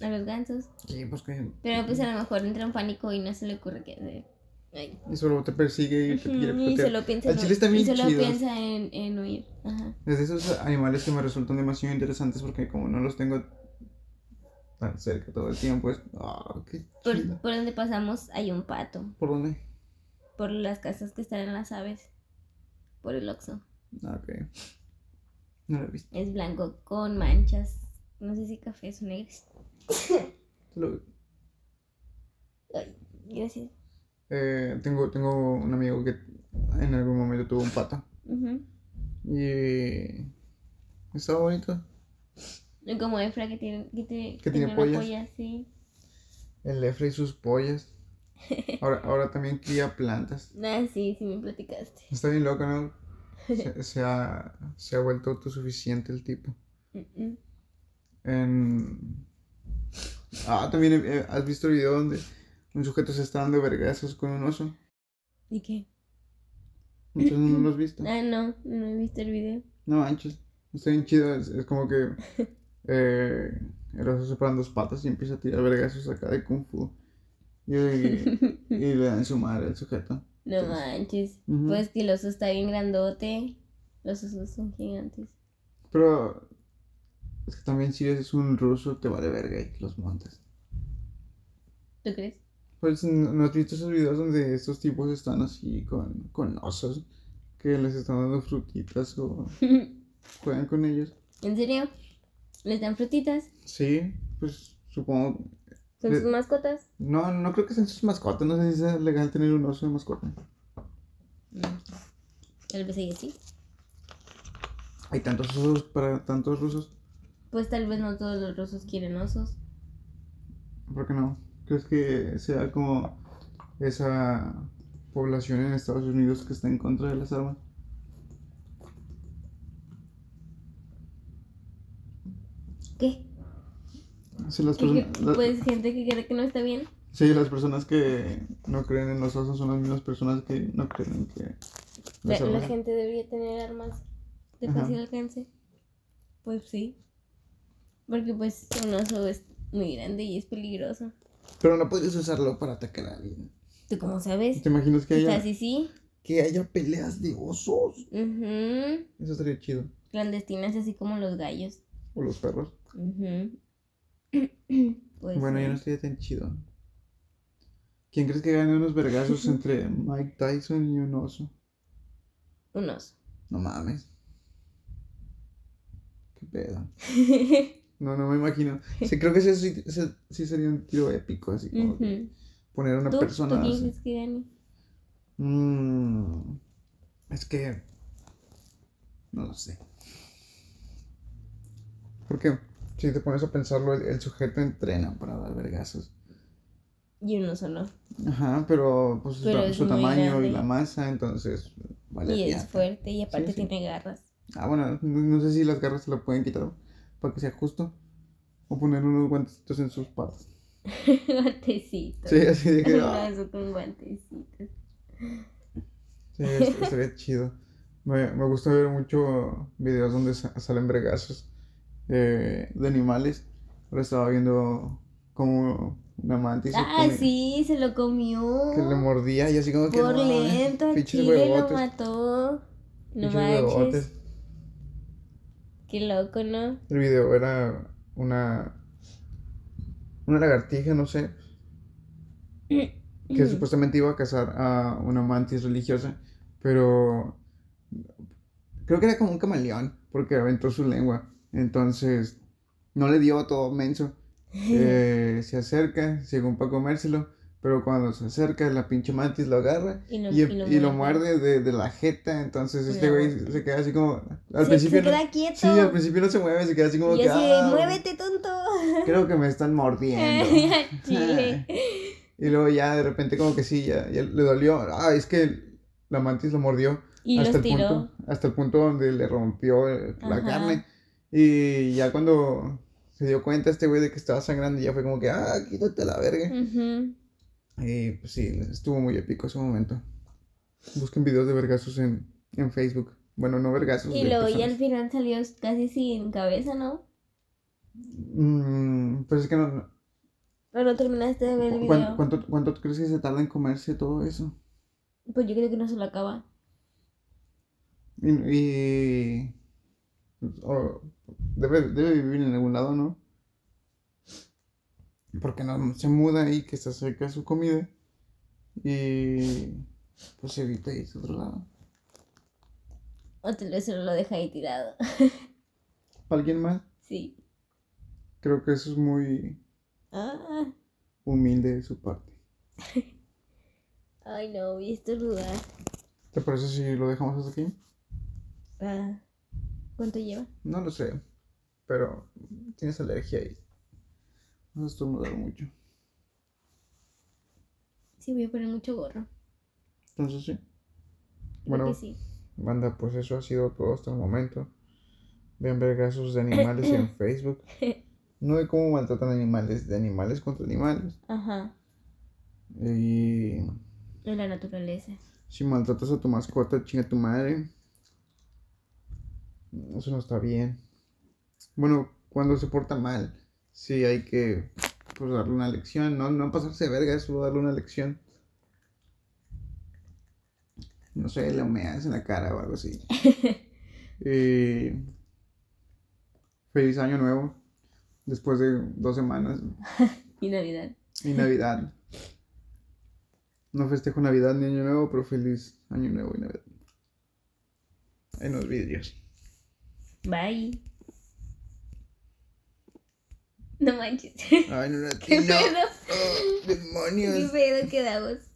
S1: A los gansos.
S2: Sí, pues que.
S1: Pero pues a lo mejor entra en pánico y no se le ocurre qué hacer. Ay.
S2: Y solo te persigue y te quiere
S1: Y
S2: putear.
S1: solo piensa,
S2: Al
S1: en,
S2: chile están
S1: y
S2: bien
S1: solo
S2: chidos.
S1: piensa en, en huir. Ajá.
S2: Es de esos animales que me resultan demasiado interesantes porque como no los tengo tan cerca todo el tiempo, es... ah, qué chido.
S1: Por, por donde pasamos hay un pato.
S2: ¿Por dónde?
S1: Por las casas que están en las aves. Por el oxo.
S2: Ah, ok. No lo he visto.
S1: Es blanco con manchas. No sé si cafés o negros.
S2: Lo vi.
S1: Ay, gracias.
S2: Eh, tengo, tengo un amigo que en algún momento tuvo un pato.
S1: Ujú.
S2: Y. Estaba bonito.
S1: Y Como Efra que tiene, que tiene,
S2: Que tiene
S1: una
S2: pollas.
S1: polla, sí.
S2: El Efra y sus [laughs] pollas. Ahora, ahora también cría plantas.
S1: Ah, sí, sí me platicaste.
S2: Está bien loco, ¿no? [laughs] Se, se ha, se ha vuelto autosuficiente el tipo.
S1: Mm, mm.
S2: En... Ah, también eh, has visto el video donde un sujeto se está dando vergazos con un oso.
S1: ¿Y qué?
S2: Entonces no lo has visto.
S1: Ah, no, no he visto el video.
S2: No manches, está bien chido, es, es como que eh, el oso se paran dos patas y empieza a tirar vergazos acá de Kung Fu. Y, y le dan su madre al sujeto.
S1: No
S2: Entonces,
S1: manches.
S2: ujú.
S1: Pues que el oso está bien grandote. Los osos son gigantes.
S2: Pero es que también si eres un ruso te vale verga y los montas.
S1: ¿Tú crees? [laughs]
S2: Pues no no has visto esos videos donde estos tipos están así con, con osos que les están dando frutitas o
S1: ¿En
S2: juegan con ellos.
S1: serio? ¿Les dan frutitas?
S2: Sí, pues supongo.
S1: ¿Son
S2: Le-
S1: sus mascotas?
S2: No, no creo que sean sus mascotas, no sé si es legal tener un oso de mascota.
S1: Mm. Tal vez ella sí.
S2: Hay tantos osos para tantos rusos.
S1: Pues tal vez no todos los osos quieren osos.
S2: ¿Por qué no? ¿Crees que sea como esa población en Estados Unidos que está en contra de las armas?
S1: ¿Qué?
S2: Sí, las,
S1: ¿Qué-
S2: personas,
S1: [laughs] qué- Pues gente que cree que no está bien.
S2: sí, las personas que no creen en los osos son las mismas personas que no creen en que
S1: La,
S2: las
S1: la
S2: armas.
S1: gente debería tener armas de
S2: Ajá.
S1: fácil alcance. Pues sí. Porque pues un oso es muy grande y es peligroso.
S2: Pero no puedes usarlo para atacar a alguien.
S1: ¿Tú cómo sabes?
S2: ¿Te imaginas que haya,
S1: Quizás sí, sí.
S2: que haya peleas de osos?
S1: Ujú.
S2: Eso sería chido.
S1: Clandestinas, así como los gallos.
S2: O los perros.
S1: Ujú. [clears throat] Pues,
S2: Bueno,
S1: sí.
S2: yo no estoy tan chido. ¿Quién crees que gane unos
S1: [laughs]
S2: vergazos entre Mike Tyson y un oso?
S1: Un oso.
S2: No mames. Qué pedo. No, no me
S1: [laughs]
S2: imagino. Sí, creo que ese sí, ese sí sería un tiro épico, así [laughs] como que
S1: Ujú.
S2: poner a una
S1: ¿Tú? ¿Tú
S2: persona.
S1: quién
S2: así.
S1: crees que gane?
S2: Mm, es que... No lo sé. Porque si te pones a pensarlo, el, el sujeto entrena para dar vergazos.
S1: Y uno solo.
S2: Ajá, pero pues su
S1: Pero
S2: ta-
S1: es
S2: su
S1: muy
S2: tamaño
S1: grande.
S2: y la masa, entonces vale
S1: y es
S2: piata.
S1: fuerte y aparte
S2: Sí, sí.
S1: tiene garras. [laughs]
S2: Ah, bueno, no, no sé si las garras se lo pueden quitar para que sea justo. O poner unos guantecitos en sus patas.
S1: guantecitos.
S2: Sí, así de que.
S1: [laughs] Un
S2: ah,
S1: lazo con guantecitos.
S2: sí, es- estaría chido. Me, me gusta ver mucho videos donde sa- salen bregazos eh, de animales. Ahora estaba viendo como una mantis se
S1: Ah,
S2: come-
S1: sí, se lo comió.
S2: que le mordía y así como que.
S1: Por
S2: no, eh,
S1: lento, al
S2: pinches
S1: chile lo
S2: huevotes,
S1: mató. No
S2: pinches
S1: manches.
S2: huevotes.
S1: Qué loco, ¿no?
S2: El video era una. Una lagartija, no sé. Que
S1: [laughs]
S2: supuestamente iba a casar a una mantis religiosa. Pero. Creo que era como un camaleón. Porque aventó su lengua. Entonces. No le dio a todo menso. Eh, se acerca, según para comérselo. Pero cuando se acerca, la pinche mantis lo agarra. [laughs]
S1: Y lo,
S2: Y, y lo
S1: muerde.
S2: muerde de, de la jeta. Entonces este
S1: No.
S2: güey se queda así como. Al
S1: Se-
S2: principio.
S1: se
S2: no-
S1: queda quieto.
S2: Sí, al principio no se mueve, se queda así como
S1: Y
S2: que.
S1: así,
S2: "Ah,
S1: muévete, tonto.
S2: Creo que me están
S1: [laughs]
S2: mordiendo.
S1: Al chile.
S2: [laughs] y luego ya de repente, como que sí, ya, ya le dolió. Ah, es que la mantis lo mordió
S1: Y
S2: hasta
S1: los
S2: el, punto,
S1: tiró.
S2: hasta el punto donde le rompió eh, la
S1: Ajá.
S2: carne. Y ya cuando se dio cuenta este güey de que estaba sangrando, ya fue como que, ah, quítate la verga.
S1: Ujú.
S2: Y pues sí, estuvo muy épico ese momento. Busquen videos de vergazos en, en Facebook. Bueno, no vergazos.
S1: Y
S2: de
S1: luego ya
S2: personas.
S1: al final salió casi sin cabeza, ¿no?
S2: Mm, pues es que no, no-
S1: Pero no terminaste de ver el
S2: ¿Cu-
S1: video.
S2: cuán- ¿Cuánto, ¿Cuánto crees que se tarda en comerse todo eso?
S1: Pues yo creo que no se lo acaba.
S2: Y, y- pues, o- debe, debe vivir en algún lado, ¿no? Porque no se muda ahí, que está cerca de su comida. Y pues se evita irse a otro lado.
S1: O tal vez solo lo deja ahí tirado. [laughs]
S2: ¿Para alguien más?
S1: Sí.
S2: Creo que eso es muy
S1: Ah,
S2: humilde de su parte.
S1: ay no, vi estornudar.
S2: ¿Te parece si lo dejamos hasta aquí?
S1: Ah, ¿Cuánto lleva?
S2: No lo sé. Pero tienes alergia y no a estornudar mucho.
S1: Sí, voy a poner mucho gorro.
S2: Entonces sí.
S1: Creo
S2: Bueno,
S1: que sí.
S2: Banda, pues eso ha sido todo hasta el momento. Vean vergazos de animales en Facebook. No de cómo maltratan animales, de animales contra animales.
S1: Ajá.
S2: Y
S1: En la naturaleza.
S2: si maltratas a tu mascota, chinga tu madre. Eso no está bien. Bueno, cuando se porta mal, sí hay que pues, darle una lección. No, no pasarse de verga, solo darle una lección. No sé, le humeas en la cara o algo así. Y feliz año nuevo. Después de dos semanas.
S1: Y Navidad.
S2: Y Navidad. No festejo Navidad ni Año Nuevo, pero feliz Año Nuevo y Navidad. En los vidrios.
S1: Bye. No manches.
S2: Ay, no,
S1: ¿Qué
S2: no.
S1: pedo?
S2: Oh,
S1: [laughs] ¿Qué
S2: demonios.
S1: pedo quedamos?